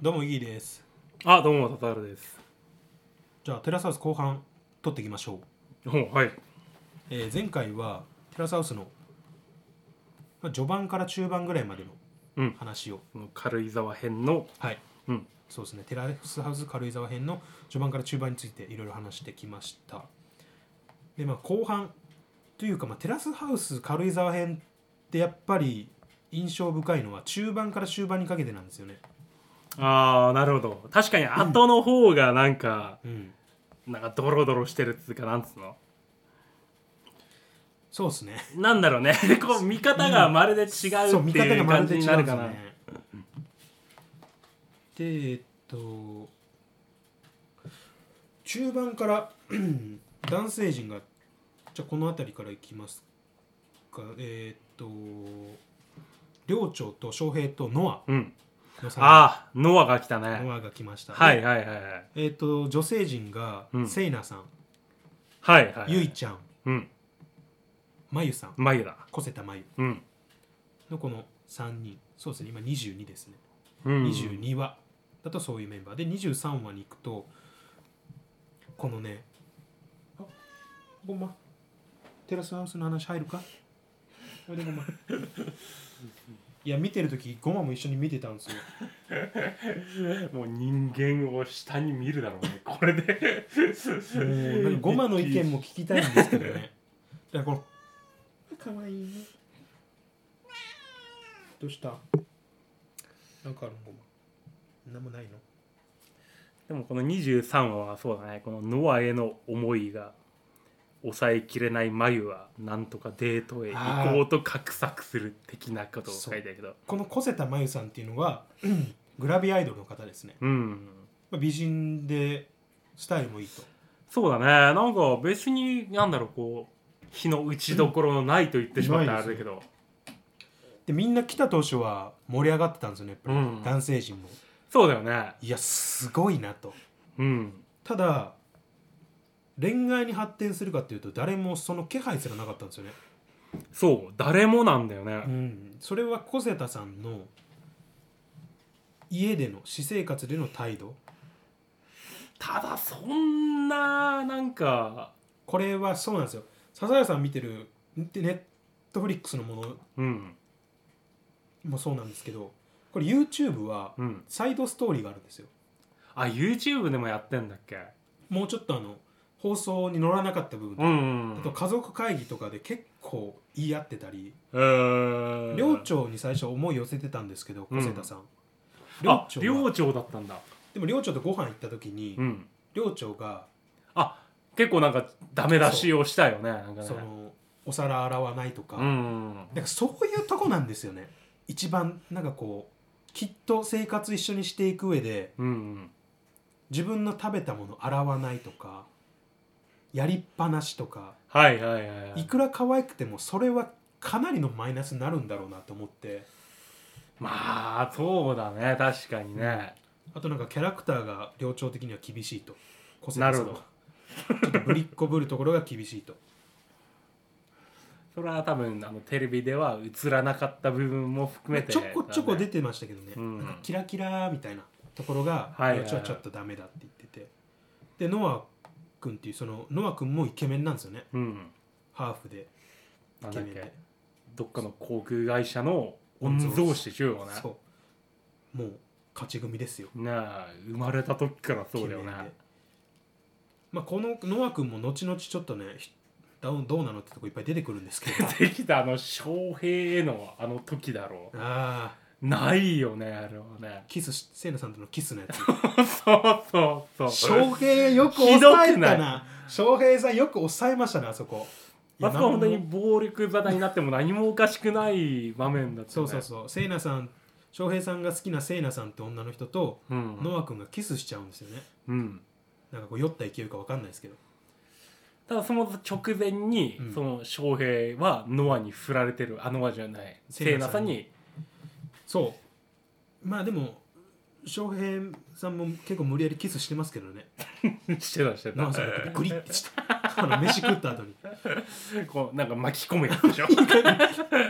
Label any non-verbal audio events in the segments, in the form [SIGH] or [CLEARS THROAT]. どうもいいですあどうもタタールですじゃあテラスハウス後半撮っていきましょう、おはいえー前回はテラスハウスのまあ序盤から中盤ぐらいまでうのん話を、この軽井沢編のはいうんそうですねテラスハウス軽井沢編の序盤から中盤についていろいろ話してきましたでまあ後半というか、まあ、テラスハウス軽井沢編ってやっぱり印象深いのは中盤から終盤にかけてなんですよねああなるほど確かに後の方がなんか、うんなんかドロドロしてるっつうかなんつうのそうですねなんだろうね [LAUGHS] こう見方がまるで違うってそう見方いがうま感るで違うじにんなるですかよな、ね。でえっと中盤から [CLEARS THROAT] 男性陣がじゃあこの辺りからいきますかえっと寮長と翔平とノうんアの3ああノアが来た人ねノアが来ました、はいではいはいはいえっと女性陣が、うんセイナさんはいはいゆいちゃんうんまゆさん眉だこせたまゆうん、のこの3人そうですね今22ですねうん、 22話だとそういうメンバーで23話に行くとこのねあごまテラスハウスの話入るかおいでごまいや見てる時ごまも一緒に見てたんですよもう人間を下に見るだろうねこれで [LAUGHS] もうなんかごまの意見も聞きたいんですけどねだからこのかわいいねどうしたなんかあるのごまなんもないのでもこの23話はそうだねこのノアへの思いが抑えきれない眉はなんとかデートへ行こうと画策する的なことを書いてあるけどこの小瀬田真由さんっていうのはグラビアアイドルの方ですねうんまあ、美人でスタイルもいいとそうだねなんか別になんだろうこう日の打ちどころのないと言ってしまったらあれだけど、でみんな来た当初は盛り上がってたんですよねやっぱり、うん男性陣もそうだよねいやすごいなとうんただ恋愛に発展するかっていうと誰もその気配すらなかったんですよね、そう誰もなんだよね、うん、それは小瀬田さんの家での私生活での態度ただそんななんかこれはそうなんですよ笹谷さん見てるでネットフリックスのものうんもそうなんですけどこれ YouTube はうんサイドストーリーがあるんですよあ YouTube でもやってんだっけもうちょっとあの放送に乗らなかった部分、うあんうんと家族会議とかで結構言い合ってたり、うん寮長に最初思い寄せてたんですけどうん小瀬田さん、あ寮長は寮長だったんだ、でも寮長とご飯行った時に、うん、寮長が結構なんかダメ出しをしたよねなんかねそのお皿洗わないとか,、うんなんかそういうとこなんですよね一番なんかこうきっと生活一緒にしていく上でうんうん自分の食べたもの洗わないとかやりっぱなしとかはいはいはいはいいくら可愛くてもそれはかなりのマイナスになるんだろうなと思って。まあそうだね確かにね、あとなんかキャラクターが寮長的には厳しいと個性なるほどちょっとぶりっこぶるところが厳しいとそれは多分あのテレビでは映らなかった部分も含めてちょこちょこ出ててましたけどね、うんなんかキラキラみたいなところがはいはい寮長はちょっとダメだって言っててでノア君っていうそのノア君もイケメンなんですよねうんハーフでなイケんだっメンでけどっかの航空会社の御曹司中よねそうもう勝ち組ですよねえ生まれた時からそうだよねイケメンでまあこのノア君も後々ちょっとねひどうどうなのってとこいっぱい出てくるんですけど [LAUGHS] できたあの翔平へのあの時だろああうないよねあれはねキスしせいなさんとのキスのやつ [LAUGHS] そうそうそう翔平よく抑えたな翔平さんよく抑えましたねあそこまさか本当にいやなんも暴力沙汰になっても何もおかしくない場面だった、ね、そうそうそうせいなさん翔平さんが好きなせいなさんって女の人と、う、うん、ノア君がキスしちゃうんですよねうん、なんかこう酔った勢いか分かんないですけどただその直前に、うんその翔平はノアに振られてるあノアじゃないセセイイナナささんんににそうまあでも翔平さんも結構無理やりキスしてますけどねしてたしてた [LAUGHS] [LAUGHS] ノアさんがグリッてしたあの飯食った後にこうなんか巻き込むやつで [LAUGHS] しょ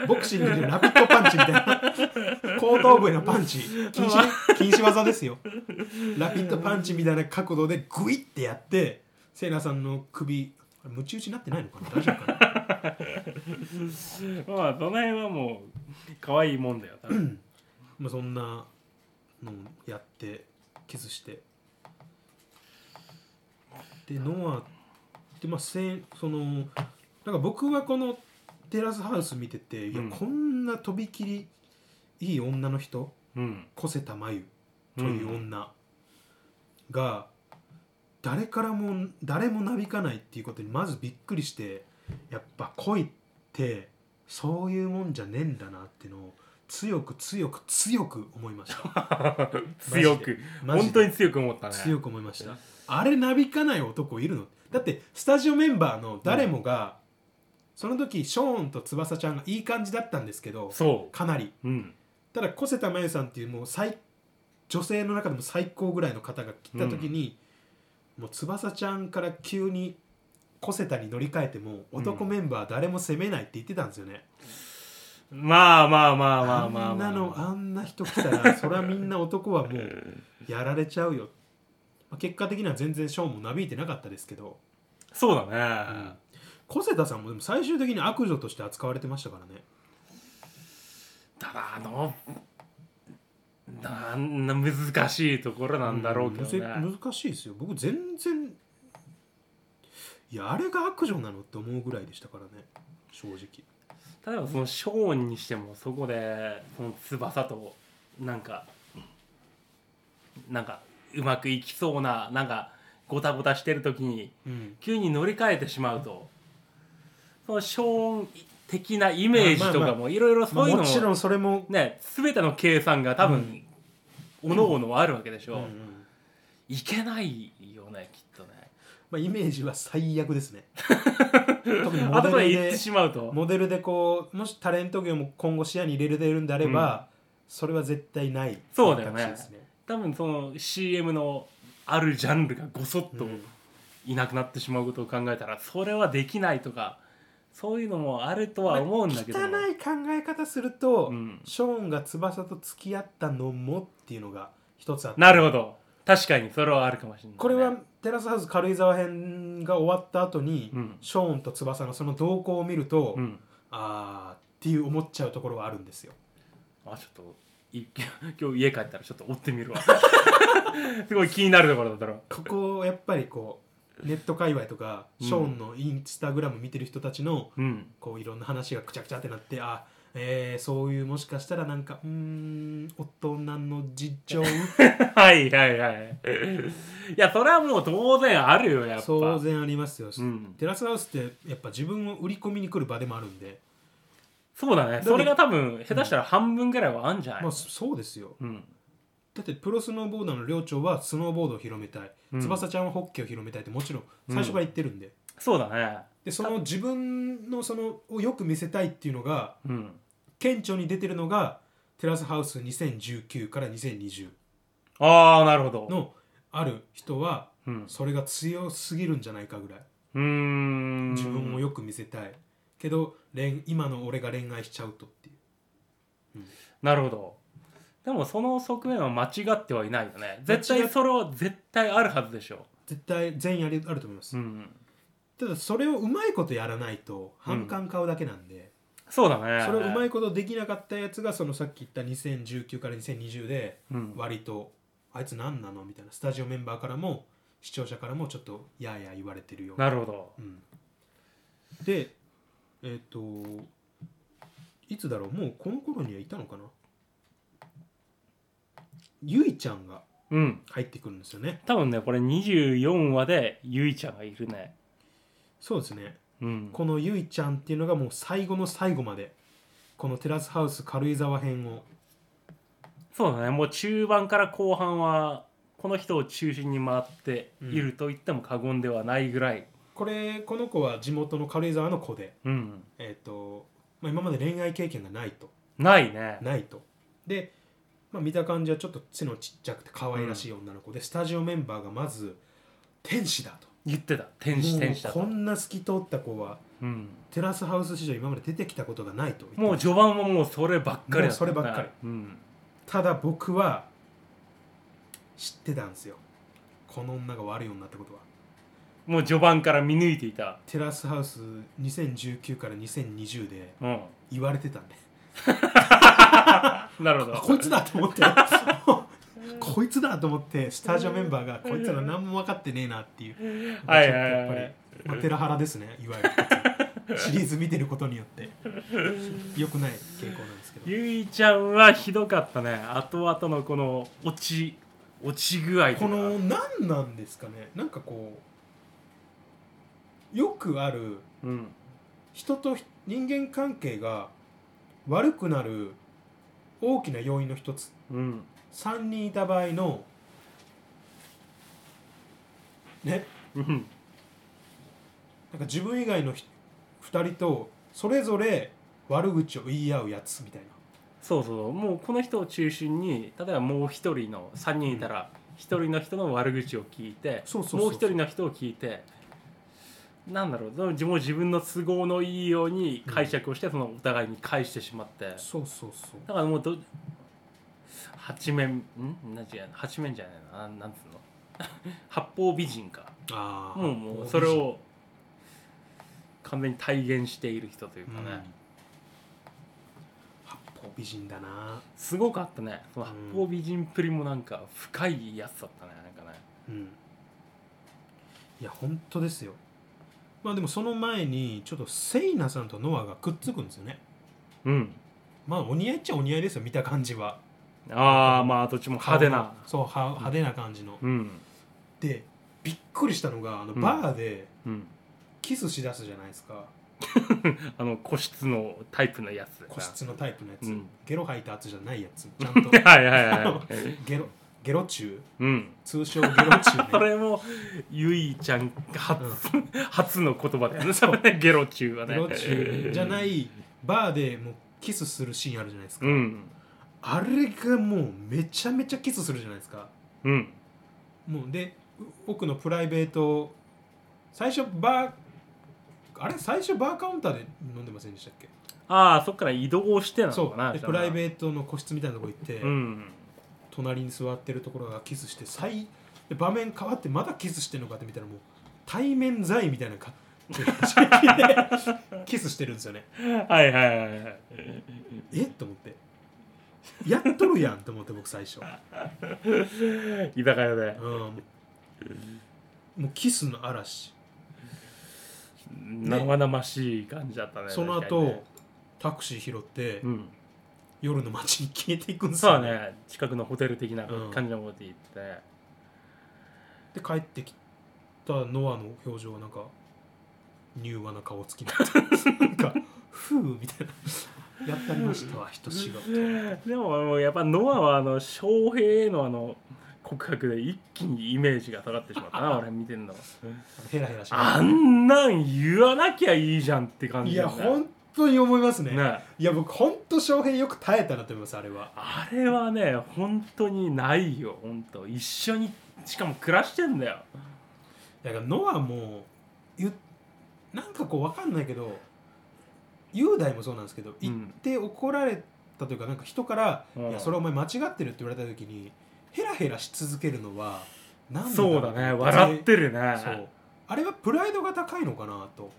ボクシングでラピットパンチみたいな後頭部へのパンチ禁 [LAUGHS] 止禁止技ですよラピットパンチみたいな角度でグイッてやってセイナさんの首あれムチ打ちになってないのかな大丈夫かなまあどの辺はもう可愛いもんだよ多分まあそんなのをやってキスしてでノアでまあせんそのなんか僕はこのテラスハウス見てて、うんいやこんなとびきりいい女の人うん小瀬たまゆという女が、誰からも誰もなびかないっていうことにまずびっくりしてやっぱ恋ってそういうもんじゃねえんだなってのを強く強く強く思いました [LAUGHS] 強くマジで本当に強く思ったね強く思いましたあれなびかない男いるのだってスタジオメンバーの誰もが、その時ショーンと翼ちゃんがいい感じだったんですけどそかなりううんただ小瀬田真由さんっていうもう最女性の中でも最高ぐらいの方が来た時に、もう翼ちゃんから急に小瀬田に乗り換えてもうん男メンバー誰も攻めないって言ってたんですよね、まあまあまあまあまあんまなあのまああんな人来たらそりゃみんな男はもうやられちゃうよ、まあ、結果的には全然ショーンもなびいてなかったですけど、そうだうんね小瀬田さんもでも最終的に悪女として扱われてましたからねただあのなんな難しいところなんだろうけどうねん難しいですよ僕全然いやあれが悪女なのって思うぐらいでしたからね正直例えばそのショーンにしてもそこでその翼となんかなんかうまくいきそうななんかごたごたしてる時にうん急に乗り換えてしまうとそのショーン的なイメージまあとまかあもいろいろまそあういうのもちろもんそれも、ね全ての計算が多分おのおのあるわけでしうんょう。んいけないよねきっとね。まあ、イメージは最悪ですね [LAUGHS] 特にモデ後でル言っでてしまうと。モデルでこうもしタレント業も今後視野に入れれるんであれば、それは絶対ないそうだよね選択肢ですね多分その CM のあるジャンルがごそっとうんいなくなってしまうことを考えたらそれはできないとかそういうのもあるとは思うんだけども、まあ汚い考え方すると、うんショーンが翼と付き合ったのもっていうのが一つあってなるほど確かにそれはあるかもしれないね、これはテラスハウス軽井沢編が終わった後に、うんショーンと翼のその動向を見ると、うんあーっていう思っちゃうところはあるんですよ。あちょっとい [LAUGHS] 今日家帰ったらちょっと追ってみるわ [LAUGHS] すごい気になるところだったらここをやっぱりこうネット界隈とか、うんショーンのインスタグラム見てる人たちのうん [LAUGHS] こういろんな話がくちゃくちゃってなってあえー、そういうもしかしたらなんかうーん大人の事 [LAUGHS] 情はいはいはいいやそれはもう当然あるよやっぱ当然ありますよ、うん、テラスハウスってやっぱ自分を売り込みに来る場でもあるんで、そうだねそれが多分下手したら半分ぐらいはあんじゃない、まあそそうですようんだってプロスノーボーダーの寮長はスノーボードを広めたい、うん翼ちゃんはホッケーを広めたいってもちろん最初から言ってるんで,、そうだねでその自分のそのをよく見せたいっていうのがうん顕著に出てるのがテラスハウス2019から2020ああなるほどのある人はうんそれが強すぎるんじゃないかぐらいうーん自分をよく見せたいけど恋今の俺が恋愛しちゃうとっていうなるほどでもその側面は間違ってはいないよね絶間違対っそれは絶対あるはずでしょ絶対全員ありあると思います、うんただそれをうまいことやらないと反感買うだけなんで、そうだねそれをうまいことできなかったやつがそのさっき言った2019から2020でうん割とあいつ何なのみたいなスタジオメンバーからも視聴者からもちょっとやーやー言われてるような、なるほどうん、でえっ、といつだろうもうこの頃にはいたのかなゆいちゃんがうん入ってくるんですよね多分ねこれ24話でゆいちゃんがいるねそうですねうんこのゆいちゃんっていうのがもう最後の最後までこのテラスハウス軽井沢編をそうだねもう中盤から後半はこの人を中心に回っていると言っても過言ではないぐらいこれこの子は地元の軽井沢の子でうんえっ、と、まあ、今まで恋愛経験がないとないねないとで、まあ、見た感じはちょっと背のちっちゃくて可愛らしい女の子で、スタジオメンバーがまず「天使だ」と言ってた天使天使だ、もうことんな透き通った子はうん、テラスハウス史上今まで出てきたことがないともう序盤はもうそればっかりだもうそればっかり、うん、ただ僕は知ってたんですよこの女が悪い女ってことはもう序盤から見抜いていた、テラスハウス2019から2020でうん、言われてたんでなるほどあこいつだと思って [LAUGHS] こいつだと思ってスタジオメンバーがこいつら何も分かってねえなっていうはいはいはいはいやっぱり、まあ、テラハラですねいわゆるシリーズ見てることによって良くない傾向なんですけどゆいちゃんはひどかったね後々のこの落ち落ち具合とかこの何なんですかねなんかこうよくあるうん人と人人間関係が悪くなる大きな要因の一つうん3人いた場合のねうんなんか自分以外の人2人とそれぞれ悪口を言い合うやつみたいなそうそうもうこの人を中心に例えばもう一人の3人いたら一人の人の悪口を聞いてそうそうそうもう一人の人を聞いてなんだろうでも自もう自分の都合のいいように解釈をして、そのお互いに返してしまってだそうそうそうからもうど八面んなん違う八面じゃないななんなんつうの [LAUGHS] 八方美人かああもうもうそれを完全に体現している人というかね、八方美人だなすごかったねその八方美人っぷりもなんか深いやつだったねなんかねうんいや本当ですよまあでもその前にちょっとセイナさんとノアがくっつくんですよねうんまあお似合いっちゃお似合いですよ見た感じはああまあどっちも派手なそうは派手な感じの、うんでびっくりしたのがあのバーでうんキスしだすじゃないですか、あの個室のタイプのやつ個室のタイプのやつ、うんゲロ吐いた圧じゃないやつちゃんと [LAUGHS] はいはいはいあのはい [LAUGHS] ゲロゲロ中うん通称ゲロ中、ね、 [LAUGHS] それもゆいちゃん初,、初の言葉だよねそれねゲロ中はねゲロ中じゃないバーでもうキスするシーンあるじゃないですか、うんあれがもうめちゃめちゃキスするじゃないですかうんもうでう奥のプライベート最初バーあれ最初バーカウンターで飲んでませんでしたっけああそっから移動してなのそかなうでプライーベートの個室みたいなとこ行って、トうん隣に座ってるところがキスして再で場面変わってまだキスしてるのかって見たらもう対面在みたいなかキスしてるんですよね [LAUGHS] はいはいはいはいえっと思ってやっとるやんと思って僕最初、居酒屋でうん、もうキスの嵐生々しい感じだったねその確かにね後タクシー拾ってうん夜の街に消えていくんですそうよだね近くのホテル的なうん感じのこと言って、で帰ってきたノアの表情はなんか柔和な顔つきになっ [LAUGHS] てなんか「ふう」みたいな「やったりましたわ人仕事」でももうやっぱノアはあの翔平へのあの告白で一気にイメージが下がってしまっ [LAUGHS] たな俺見てんのヘラヘラしあまんなん言わなきゃいいじゃんって感すいじやだよね本当に思いますねねいや僕本当翔平よく耐えたなと思いますあれはあれはね本当にないよ本当一緒にしかも暮らしてんだよだからノアもゆなんかこう分かんないけど雄大もそうなんですけどう行んって怒られたというかなんか人から「うんいやそれお前間違ってる」って言われた時にヘラヘラし続けるのはなんだろそうだね笑ってるねそうあれはプライドが高いのかなと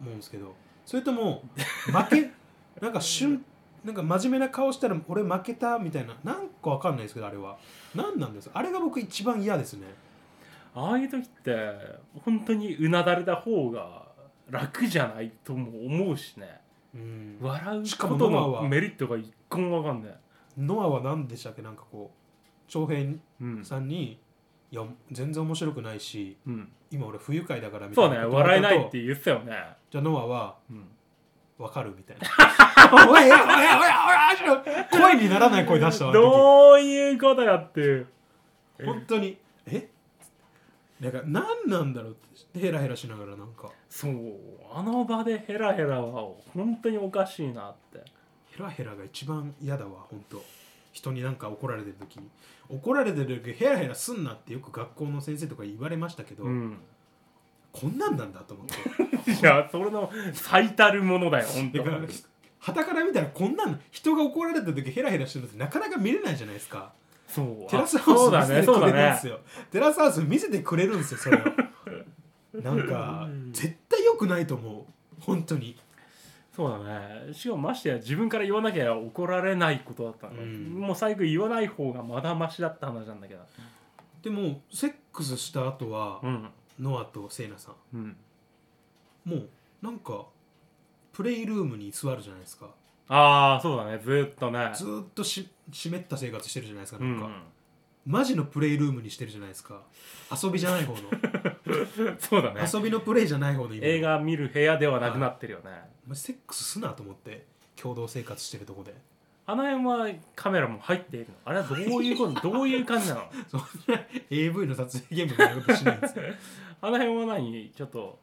思うんですけどそれとも負けなんか瞬なんか真面目な顔したら俺負けたみたいななんかわかんないですけどあれは何なんですあれが僕一番嫌ですねああいう時って本当にうなだれた方が楽じゃないとも思うしねうん笑うしかこもとノアはのメリットが一個も分かんない、ノアは何でしたっけなんかこう長平うんさんに「いや全然面白くないしうん、今俺不愉快だから」みたそいうなねことを笑えない言っうとて言ってたよね、じゃあノアはうん、 「わかる」みたいな「おいおいおいおいおい声にならない声出したわあの時どういうことやっていう本当にえなんか何なんだろうってヘラヘラしながらなんかそうあの場でヘラヘラは本当におかしいなってヘラヘラが一番嫌だわ本当人になんか怒られてる時に怒られてる時ヘラヘラすんなってよく学校の先生とか言われましたけど、うんこんなんなんだと思 [LAUGHS] っていやそれの最たるものだよ本当だから旗から見たらこんなん人が怒られた時ヘラヘラしてるのってなかなか見れないじゃないですかそうテラスあハウスそう見せてだねくそうれるんでだねすよ、テラスハウス見せてくれるんですよそれをなんか絶対良くないと思う本当にそうだねしかもましてや自分から言わなきゃ怒られないことだったの、うんもう最悪言わない方がまだマシだった話なんだけどでもセックスした後は、うんノアとセイナさんうんもうなんかプレイルームに座るじゃないですかああそうだねずーっとねずーっとし湿った生活してるじゃないですかうなんんか、マジのプレイルームにしてるじゃないですか遊びじゃない [LAUGHS] 方のうん、 [LAUGHS] そうだね遊びのプレイじゃない方の今映画見る部屋ではなくなってるよね、お前セックスすなと思って共同生活してるとこであの辺はカメラも入っているのあれはどういうことどういう感じなの AV の撮影現場みたいなことしないんですよ [LAUGHS] あの辺は何ちょっと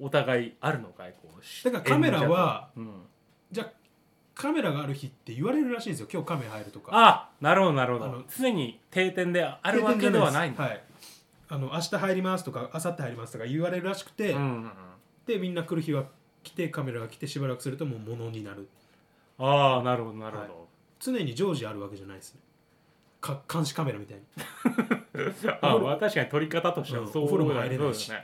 お互いあるのかいこうしだからカメラは演者とうん、じゃあカメラがある日って言われるらしいんですよ今日カメラ入るとかあなるほどなるほあどの常に定点であるわけではないんだ、はいあの明日入りますとか明後日入りますとか言われるらしくて、うんうんうん、でみんな来る日は来てカメラが来てしばらくするともう物になるああなるほどなるほど、常に常時あるわけじゃないですねか監視カメラみたいにああまあ確かに撮り方としてはうんそうお風呂もだね入れないしそう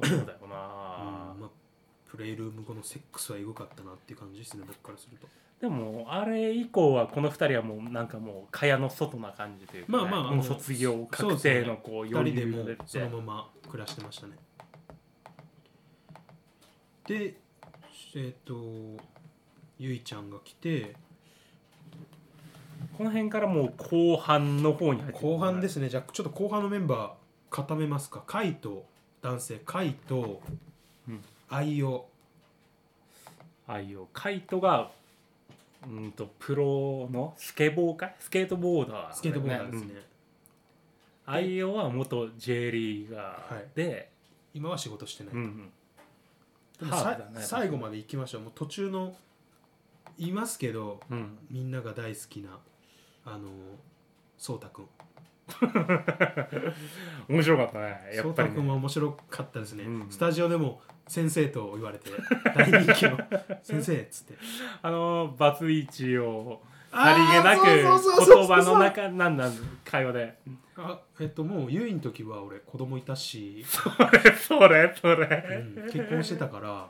だねそうだよな、まあ、プレイルーム後のセックスはエグかったなっていう感じですね僕からするとでもあれ以降はこの2人はもうなんかもう蚊帳の外な感じというかね、まあまああのもう卒業そうで確すね定のこう2余人で裕もが出うてそのまま暮らしてましたねでえっ、とゆいちゃんが来てこの辺からもう後半の方に入ってくる後半ですねじゃあちょっと後半のメンバー固めますかカイと男性カイとうん愛を、ああいうカイトがうーんとプロのスケボーかスケートボーダーだよね、スケートボーダーですね、うんアイオは元 J リーガはいーで、今は仕事してない、うんうんでもさハーフだね最後まで行きましょうもう途中のいますけどうん、みんなが大好きなあのそうたくん面白かったねやそうっぱたり、くんはね、面白かったですね、うんスタジオでも先生と言われ [LAUGHS] て大人気の先生っつってあのバツイチをさりげなくあーそうそうそうそう言葉の中なんだ会話で [LAUGHS] あえっともうゆいの時は俺子供いたし、それそうんれ、結婚してたから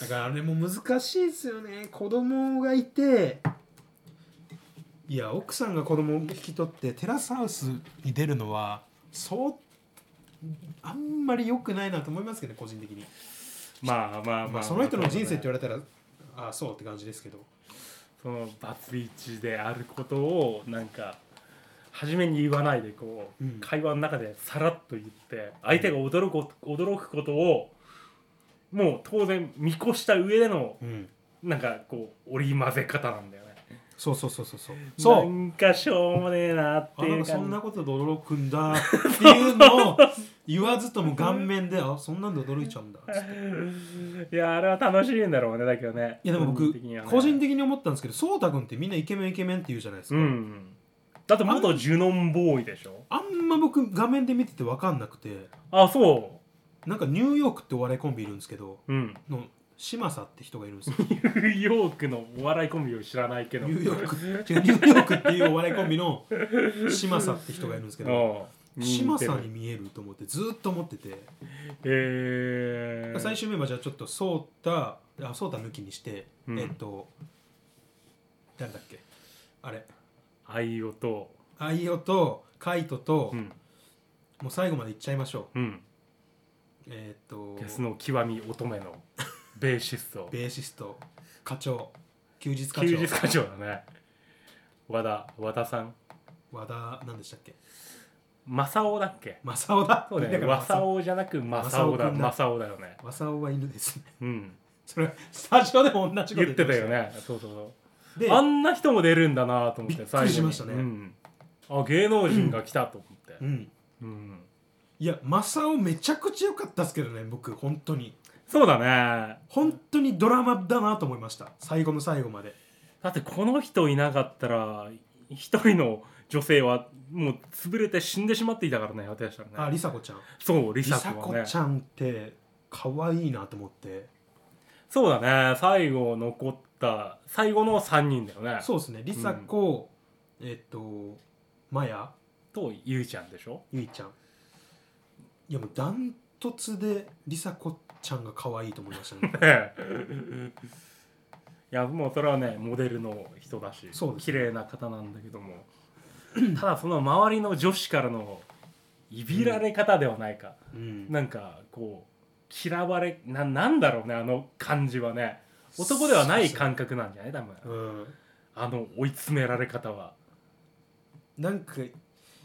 だからあれも難しいですよね子供がいていや奥さんが子供を引き取ってテラスハウスに出るのはそうあんまり良くないなと思いますけどね個人的に、 [LAUGHS] まあまあまあ、まあ、その人の人生って言われわれたらああそうって感じですけどそのバツイチであることをなんか初めに言わないでこう、うん会話の中でさらっと言って相手が驚く驚くことをもう当然見越した上でのうんなんかこう織り交ぜ方なんだよねそうそうそうそうそうそなうんかしょうもねえなってあいなうんか感じそんなことで驚くんだっていうの [LAUGHS] を言わずとも顔面であそんなんで驚いちゃうんだっつっていやあれは楽しいんだろうねだけどねいやでも僕基本的にはね個人的に思ったんですけどそうたくんってみんなイケメンイケメンって言うじゃないですうか、んだって元ジュノンボーイでしょあんま僕画面で見てて分かんなくてあそなんかニューヨークってお笑いコンビいるんですけどううんの嶋佐って人がいるんです [LAUGHS] よニューヨークのお笑いコンビを知らないけどニューヨーク [LAUGHS] 違うニューヨークっていうお笑いコンビの嶋佐って人がいるんですけ [LAUGHS] どああ嶋佐に見えると思ってずーっと思っててえー、最終メンバーじゃあちょっとソータあソータ抜きにして、うんえっと誰だっけあれあいおとアイオとカイトと、うんもう最後までいっちゃいましょうんうえっと安の極み乙女のベーシストベーシスト課長休日課休長日課長だね和田和田さん和田何でしたっけ正雄だっけ正雄だそうだみんよなが和正尾じゃなく正雄正雄だ君だ正雄だよね雄正雄は犬ですね [LAUGHS] うんそれスタジオでも同じこと言ってたよねそうそうそうであんな人も出るんだなと思っびてっくりしましたね最後にうん、あ芸能人が来たと思って、うんうんいや正雄めちゃくちゃ良かったですけどね僕本当にそうだね本当にドラマだなと思いました最後の最後までだってこの人いなかったら一人の女性はもう潰れて死んでしまっていたからね私はねありさこちゃんそうリりサさ子こはねちゃんって可愛いなと思ってそうだね最後残った最後の3人だよねそうですねりさこ、えっとまやとゆいちゃんでしょゆいちゃんいやもうダントツでりさこちゃんが可愛いと思いました [LAUGHS] ねいやもうそれはねモデルの人だしそうです綺麗な方なんだけどもただその周りの女子からのいびられ方ではないか、うんなんかこう嫌われななんだろうねあの感じはね男ではない感覚なんじゃない多分うんあの追い詰められ方はなんか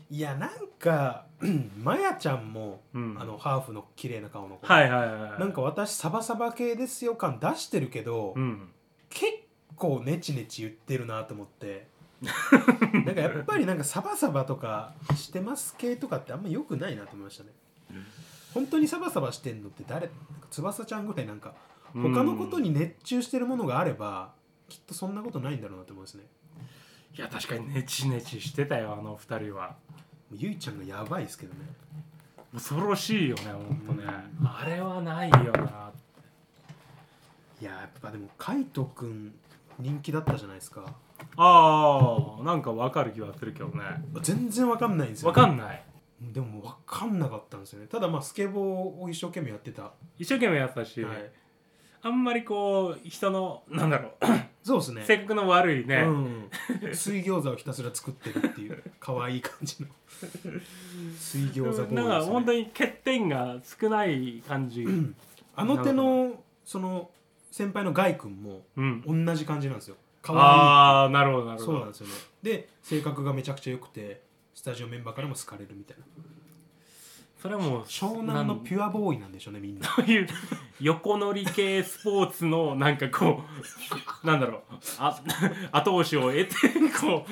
いやなんか [CLEARS THROAT] まやちゃんも、うんあのハーフの綺麗な顔の子、はいはいはいはいなんか私サバサバ系ですよ感出してるけど、うん結構ネチネチ言ってるなと思って [LAUGHS] なんかやっぱりなんかサバサバとかしてます系とかってあんま良くないなと思いましたね本当にサバサバしてんのって誰なんか翼ちゃんぐらいなんか他のことうんに熱中してるものがあればきっとそんなことないんだろうなと思いますねいや確かにネチネチしてたよあの二人はゆいちゃんがやばいですけどね恐ろしいよねほんとね、うあれはないよないややっぱでも海斗くん人気だったじゃないですかああなんかわかる気はするけどね全然わかんないんですよ、わかんないでもわかんなかったんですよねただまあスケボーを一生懸命やってた、は一生懸命やってたし、い、あんまりこう人のなんだろそうですねう性格の悪いね、うん、水餃子をひたすら作ってるっていう可愛い感じの水餃子ボーイです、ね、なんか本当に欠点が少ない感じうんあの手のその先輩のガイ君も同じ感じなんですよ可愛ああなるほどないるそほうなんどですよねで性格がめちゃくちゃ良くてスタジオメンバーからも好かれるみたいなそれはもう湘南のュピュアボーイなんでしょうねみんなという横乗り系スポーツのなんかこうなんだろうあ後押しを得てこう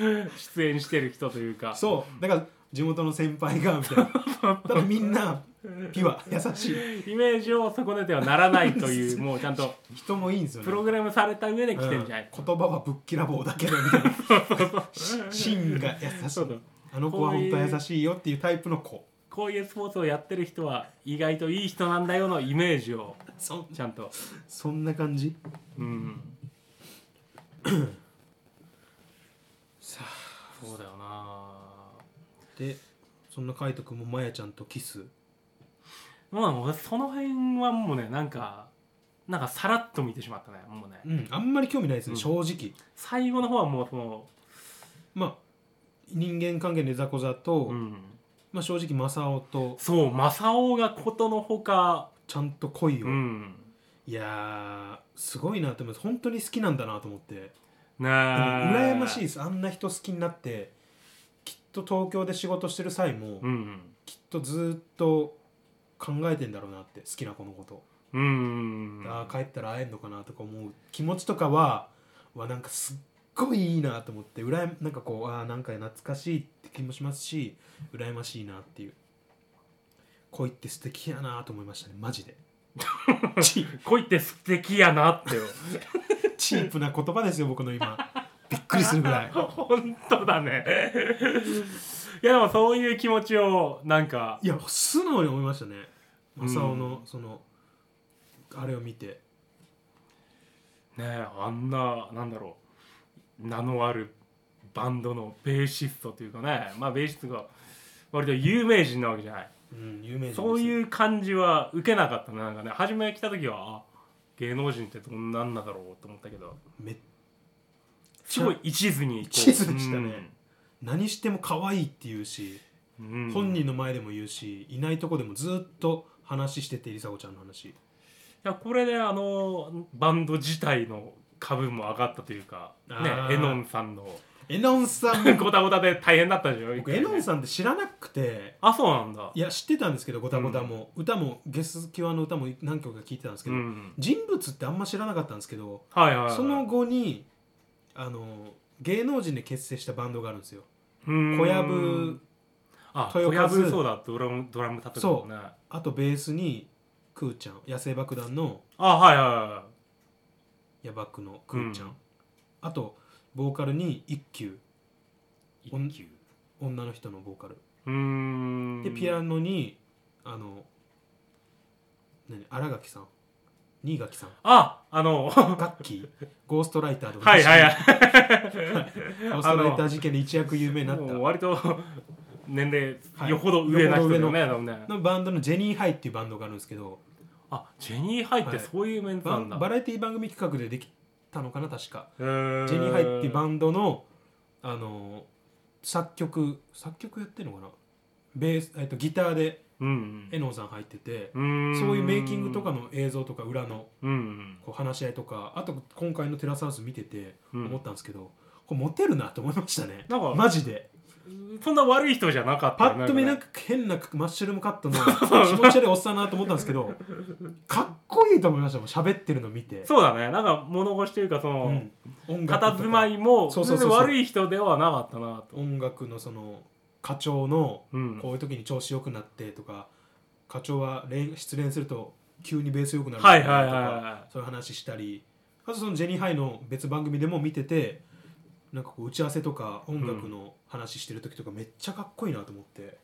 出演してる人というかそうだから地元の先輩がみたい [LAUGHS] なただみんなピュア優しいイメージを損ねてはならないという [LAUGHS] もうちゃんと人もいいんですよねプログラムされた上で来てるんじゃない、うん言葉はぶっきらぼうだけどみたい [LAUGHS] な芯が優しそうだいあの子は本当は優しいよっていうタイプの子こういうスポーツをやってる人は意外といい人なんだよのイメージをそちゃんとそんな感じ [COUGHS] うんさそうだよなでそんな海斗君もまやちゃんとキスまあ俺その辺はもうねなんかなんかさらっと見てしまったねもうねうんあんまり興味ないですね、うん正直最後の方はもうそのまあ人間関係のいざこざと、うんまあ、正直正雄とそう正雄がことのほかちゃんと恋を、うんいやーすごいなと思って本当に好きなんだなと思ってねえ羨ましいですあんな人好きになってきっと東京で仕事してる際も、うんきっとずーっと考えてんだろうなって好きな子のこと、うんああ帰ったら会えんのかなとか思う気持ちとかははなんかすっごいいいなと思ってうらやなんかこうああなんか懐かしいって気もしますし羨ましいなっていう恋って素敵やなと思いましたねマジで [LAUGHS] チ恋って素敵や [LAUGHS] なってよチープな言葉ですよ僕の今びっくりするぐらい本当だねいやでもそういう気持ちをなんかいや素直に思いましたね正雄のその、あれを見てねえあんななんだろう名のあるバンドのベーシストというかねまあベーシストが割と有名人なわけじゃないうん有名人ですよそういう感じは受けなかったねなんかね初め来た時はあ芸能人ってどんなんなんだろうと思ったけどめっすごい一途にこう一途でしたね何しても可愛いって言うし、うんうん本い人の前でも言うしいないとこでもずっと話しててりさこちゃんの話やこれであのバンド自体の株も上がったというかあーねえのんさんの [LAUGHS] えのんさんごたごたで大変だったでしょ [LAUGHS] 一僕回ねえのんさんって知らなくてあそうなんだいや知ってたんですけど「ゴタゴタも、歌もゲス際の歌も何曲か聞いてたんですけうど、ん人物ってあんま知らなかったんですけどはいはいはいその後にあの芸能人で結成したバンドがあるんですよ小小籔あ小豊和籔そうだドラムドラム叩くもんねあとベースにくーちゃん野生爆弾のあはいはいはヤバくのくーちゃん、うんあとボーカルに一休いおん一級女の人のボーカルうーんでピアノにあの何新垣さん新垣さんあ [LAUGHS] あの楽器ゴーストライターとかはいはいはいゴーストライター事件で一躍有名になっもうた割と年は齢いよほど上な人だよね、よ多分ねのバンドのジェニーハイっていうバンドがあるんですけどあジェニーハイっはていそういうメンツバなんンだ、バラエティ番組企画でできたのかな確かへージェニーハイっていうバンドのあの作曲作曲やってるのかなベース、えっと、ギターでうんエノンさん入っててうーんそういうメイキングとかの映像とか裏のうんこう話し合いとかあと今回のテラスハウス見ててうん思ったんですけど、これモテるなと思いましたねなんかマジでそんな悪い人じゃなかっパたよねッと見なんか変なマッシュルームカットの気持ち悪いおっさんだなと思ったんですけどかっこいいと思いましたもん喋ってるの見てそうだねなんか物腰というかその、うん音楽と佇まかいもそう全そうそうそう然悪い人ではなかったなと。音楽のその課長のうんこういう時に調子良くなってとか課長は恋失恋すると急にベース良くなるとかはいはいはいはそういう話したりあとそのジェニーハイの別番組でも見ててなんかこう打ち合わせとか音楽の話してる時とかめっちゃかっこいいなと思って、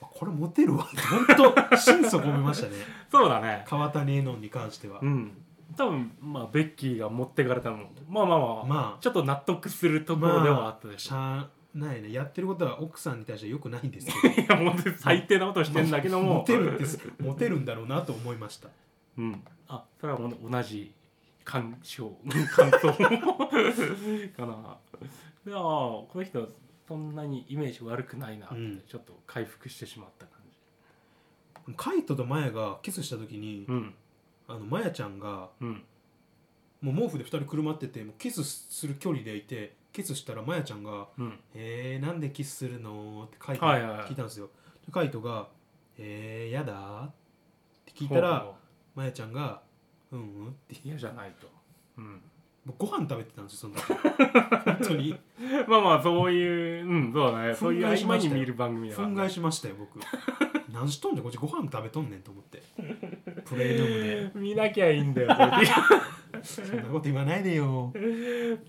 あこれモテるわって本当心底思いました [LAUGHS] ねい。そうだね。川谷絵音に関しては、うん。多分まあベッキーが持ってかれたのもまあまあまあ、まあちょっと納得するところではあったでししょ。ゃあないねやってることは奥さんに対してよくないんですけいやもう最低なことしてんだけどども。モテるって [LAUGHS] すモテるんだろうなと思いましたうん。あそれはもう同じ感傷感想かな。でああこの人はそんなにイメージ悪くないなって、うんちょっと回復してしまった感じ。カイトとマヤがキスした時に、うんあのマヤちゃんがうん。もう毛布で2人くるまっててもうキスする距離でいてキスしたらマヤちゃんがうん、 「えー、なんでキスするの?」ってカイトはいはいはい聞いたんですよ。でカイトが「えー、やだ?」って聞いたらマヤちゃんが「うんうん」って嫌じゃないと、うん、僕ご飯食べてたんですよその [LAUGHS] 時本当にまあまあそういううんそ [LAUGHS] うだねそういう憤慨し合間ましにたよ見る番組だから憤慨しましたよ僕何しとんねんこっちご飯食べとんねんと思ってプレイルームで見なきゃいいんだよそれ [LAUGHS] そんなこと言わないでよ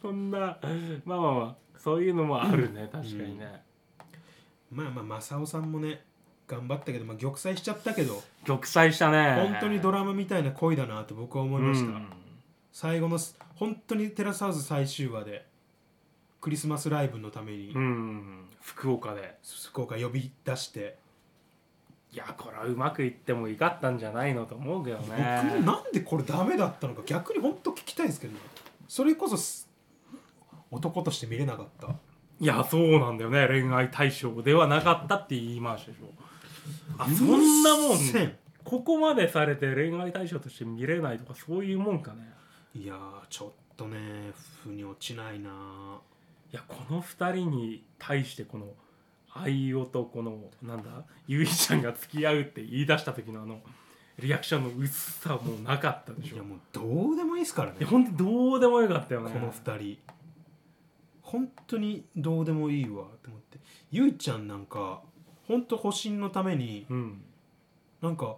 そんなまあまあまあそういうのもあるね確かにね、まあまあ正雄さんもね頑張ったけど、まあ、玉砕しちゃったけど玉砕したね本当にドララマみたいな恋だなと僕は思いました、うん最後のす本当にテラスハウス最終話でクリスマスライブのためにうん福岡で福岡呼び出して、いやこれはうまくいってもいかったんじゃないのと思うけどね僕もなんでこれダメだったのか逆に本当聞きたいですけどねそれこそす男として見れなかったいやそうなんだよね恋愛対象ではなかったって言い回しでしょあ許そんなもんせんここまでされて恋愛対象として見れないとかそういうもんかねいやーちょっとね腑に落ちないなーいやこの2人に対してこの愛男のなんだゆいちゃんが付き合うって言い出した時のあのリアクションの薄さもなかったでしいょやいやもうどうでもいいですからねほんとどうでもよかったよねこの2人本当にどうでもいいわと思ってゆいちゃんなんか本当保身のためにうんなんか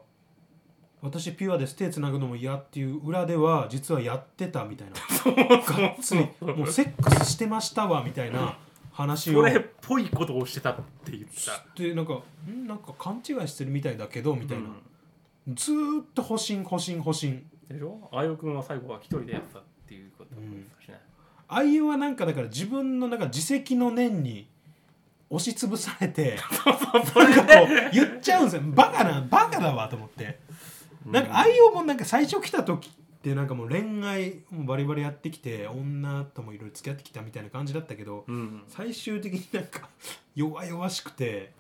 私ピュアです手つなぐのも嫌っていう裏では実はやってたみたいなそうがっ [LAUGHS] つりもうセックスしてましたわみたいな話そをれっぽいことをしてたって言ってたでなんかんなんか勘違いしてるみたいだけどみたいな、ずーっと保身保身保身うんでしょあよくんは最後は一人でやってたっていうことだしね、あいはなんかだから自分のなんか自責の念に押しつぶされ [LAUGHS] てなんかこう言っちゃうんですよバカなバカだわと思ってなんかあいもなんか最初来た時ってなんかもう恋愛もうバリバリやってきて女ともいろいろ付き合ってきたみたいな感じだったけどうん最終的になんか弱々しくて、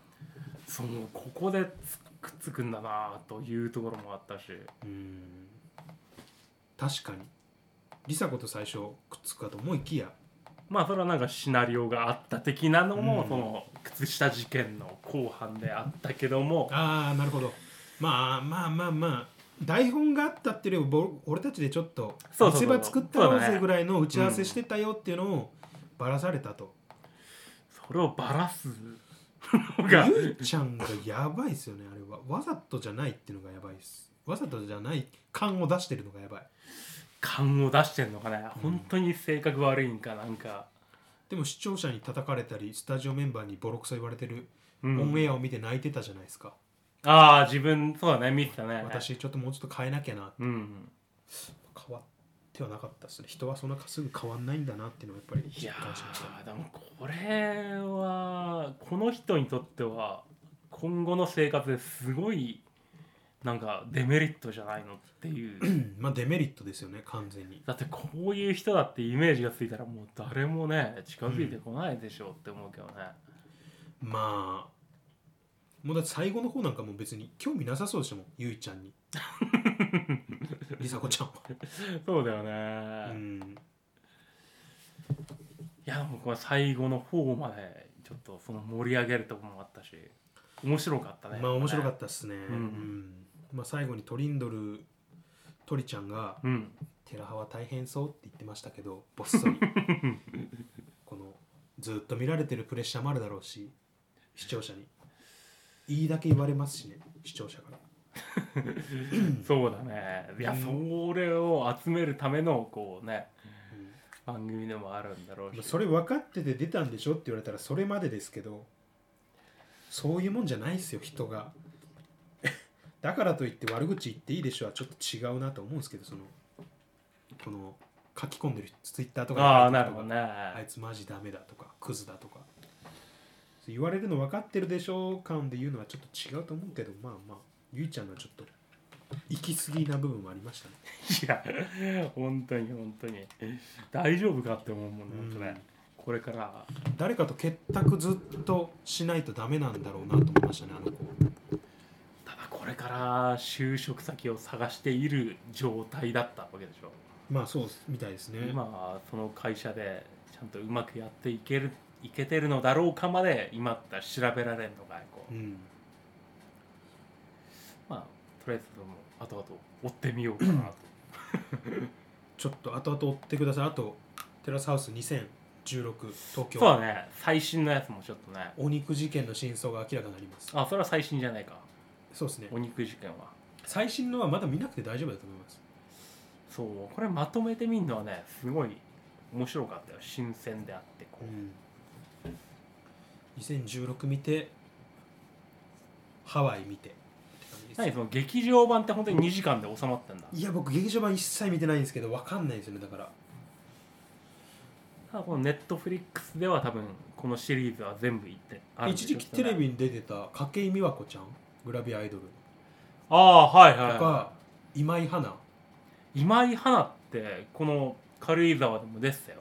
そのここでつくっつくんだなというところもあったしうん確かに梨紗子と最初くっつくかと思いきやまあそれはなんかシナリオがあった的なのも、うんその靴下事件の後半であったけどもああなるほどまあまあまあまあ台本があったっていうよりもぼ俺たちでちょっとそ見うそうそせう場作ったよそうだねぜぐらいの打ち合わせしてたよっていうのをばらされたと、それをバラすのがゆいちゃんがやばいですよねあれはわざとじゃないっていうのがやばいですわざとじゃない感を出してるのがやばい勘を出してんのかねうん本当に性格悪いんかなんかででも視聴者に叩かれたりスタジオメンバーにボロクソ言われてる、うんオンエアを見て泣いてたじゃないですかああ自分そうだね見てたね私ちょっともうちょっと変えなきゃなうん変わってはなかったですね人はそんなすぐ変わんないんだなっていうのをやっぱりい実や感しましたねーでもこれはこの人にとっては今後の生活ですごいなんかデメリットじゃないのっていううんまあデメリットですよね完全にだってこういう人だってイメージがついたらもう誰もね近づいてこないでしょうって思うけどね、まあもうだって最後の方なんかもう別に興味なさそうでしたもんゆいちゃ [LAUGHS] んにりさこちゃんはそうだようね、いんやもうこれ最後の方までちょっとその盛り上げるとこもあったし面白かったねまあ面白かたったっすね、うんうんまあ、最後にトリンドルトリちゃんが [CLEARS THROAT] うん「寺派は大変そう」って言ってましたけどぼっそ [LAUGHS] りこのずっと見られてるプレッシャーもあるだろうし視聴者にいいだけ言われますしね視聴者からそうだねいや、それを集めるためのこうね、番組でもあるんだろうまあしそれ分かってて出たんでしょって言われたらそれまでですけどそういうもんじゃないですよ人が [LAUGHS] だからといって悪口言っていいでしょはちょっと違うなと思うんですけどそのこの書き込んでるツイッターとかでああ書いなてる人ほがどね、あいつマジダメだとかクズだとかそう言われるの分かってるでしょ感で言うのはちょっと違うと思うけどまあまあゆいちゃんのはちょっと行き過ぎな部分もありましたねいや本当に本当に大丈夫かって思うもんね、うん本当ねこれから誰かと結託ずっとしないとダメなんだろうなと思いましたねあの子ただこれから就職先を探している状態だったわけでしょ、まあそうですみたいですね今はその会社でちゃんとうまくやっていけるいけてるのだろうかまで今だったら調べられるのがこう、うんまあとりあえずもう後々追ってみようかなと。ちょっと後々追ってくださいあとテラスハウス2016東そう京だね最新のやつもちょっとねお肉事件の真相が明らかになりますあそれは最新じゃないかそうですねお肉事件は最新のはまだ見なくて大丈夫だと思いますそうこれまとめてみるのはねすごい面白かったよ新鮮であってこう2016見てハワイ見てって感じです何その劇場版って本当に2時間で収まったんだいや僕劇場版一切見てないんですけど分かんないですよねだからただこのネットフリックスでは多分このシリーズは全部いってあるんで一しょ時期テレきっとビねに出てた筧美和子ちゃんグラビアアイドルああはいとはい、はか今井花い、今井花ってこの軽井沢でも出てたよ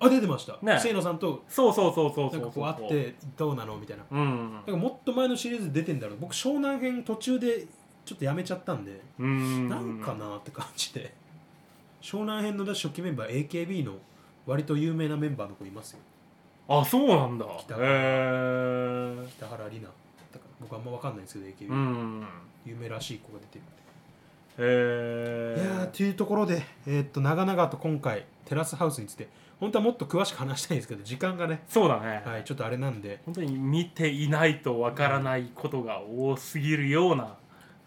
あ出てましたね清野さんとそうそうそうそうなそんかうそこう会ってどうなのみたいなうんなんかもっと前のシリーズ出てんだろう僕湘南編途中でちょっとやめちゃったんでうんなんかなって感じで湘南編の初期メンバー AKB の割と有名なメンバーの子いますよあそうなんだへ北え川ー、北原里奈だから僕あんま分かんないんですけど AKB、うん有名らしい子が出てるってへえいやーというところで、えーっと長々と今回テラスハウスについて本当はもっと詳しく話したいんですけど時間がね、そうだね、はい、ちょっとあれなんで本当に見ていないとわからないことが多すぎるような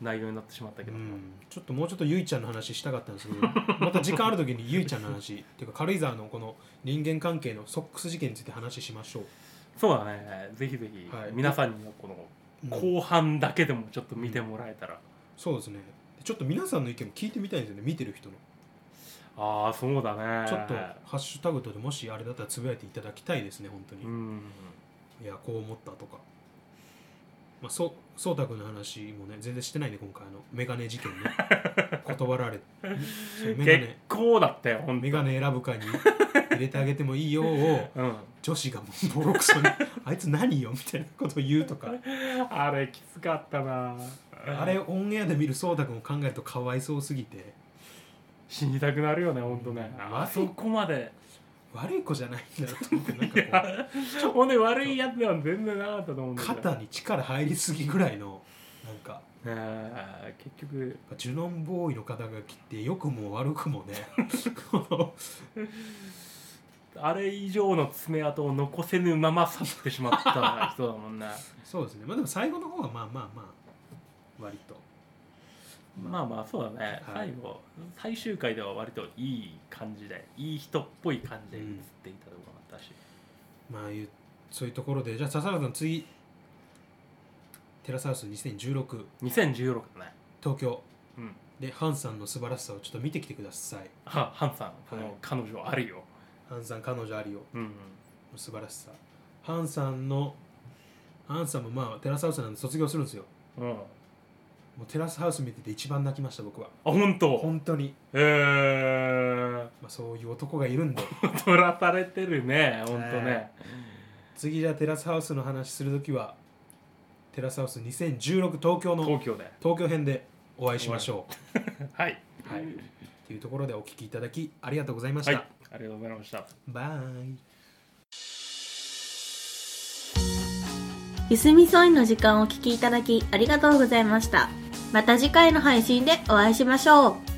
内容になってしまったけうど、ん、ちょっともうちょっとゆいちゃんの話したかったんですけど [LAUGHS] また時間ある時にゆいちゃんの話っていうか軽井沢のこの人間関係のソックス事件について話しましょうそうだねぜひぜひはい皆さんにはこのうん後半だけでもちょっと見てもらえたら、そうですねちょっと皆さんの意見も聞いてみたいんですよね見てる人のああそうだねちょっとハッシュタグとでもしあれだったらつぶやいていただきたいですね本当に、うんいやこう思ったとかまあそうそうたくんの話もね全然してないね今回あのメガネ事件ね [LAUGHS] 断られそうメガ結ネ構だったよほんメガネ選ぶ会に入れてあげてもいいよをうん女子がもうボロクソに [LAUGHS] 「あいつ何よ」みたいなことを言うとかあれきつかったなあれオンエアで見るそうたくんを考えるとかわいそうすぎて死にたくなるよねほんとねうんあそこま [LAUGHS] で悪い子じゃないんだなと思ってなんかこうほんで悪いやつでは全然なかったと思うんだけど肩に力入りすぎぐらいのなんかねえ結局ジュノンボーイの肩書きって良くも悪くもね [LAUGHS] このあれ以上の爪痕を残せぬまま去ってしまった人だもんねそうですねまあでも最後の方はまあまあまあ割とまあまあそうだね、はい最後最終回では割といい感じでいい人っぽい感じで映っていたところもあったし、まあいうそういうところでじゃあ笹原さん次テラスハウス2016 2016だね東京うんでハンさんの素晴らしさをちょっと見てきてくださいあハンさんこはいの彼女あるよ、ハンさん彼女ありようんうんの素晴らしさハンさんのハンさんもまあテラスハウスなんで卒業するんですようん、あもうテラスハウス見てて一番泣きました僕は本当本当に、えー、 [LAUGHS] まあ、そういう男がいるんで [LAUGHS] 取らされてるね本当ね、次じゃあテラスハウスの話するときはテラスハウス2016東京の東京で東京編でお会いしましょはい、う。はい、というところでお聞きいただきありがとうございましはた。い、ありがとうございましたバイ。ゆすみそいの時間をお聞きいただきありがとうございました。また次回の配信でお会いしましょう。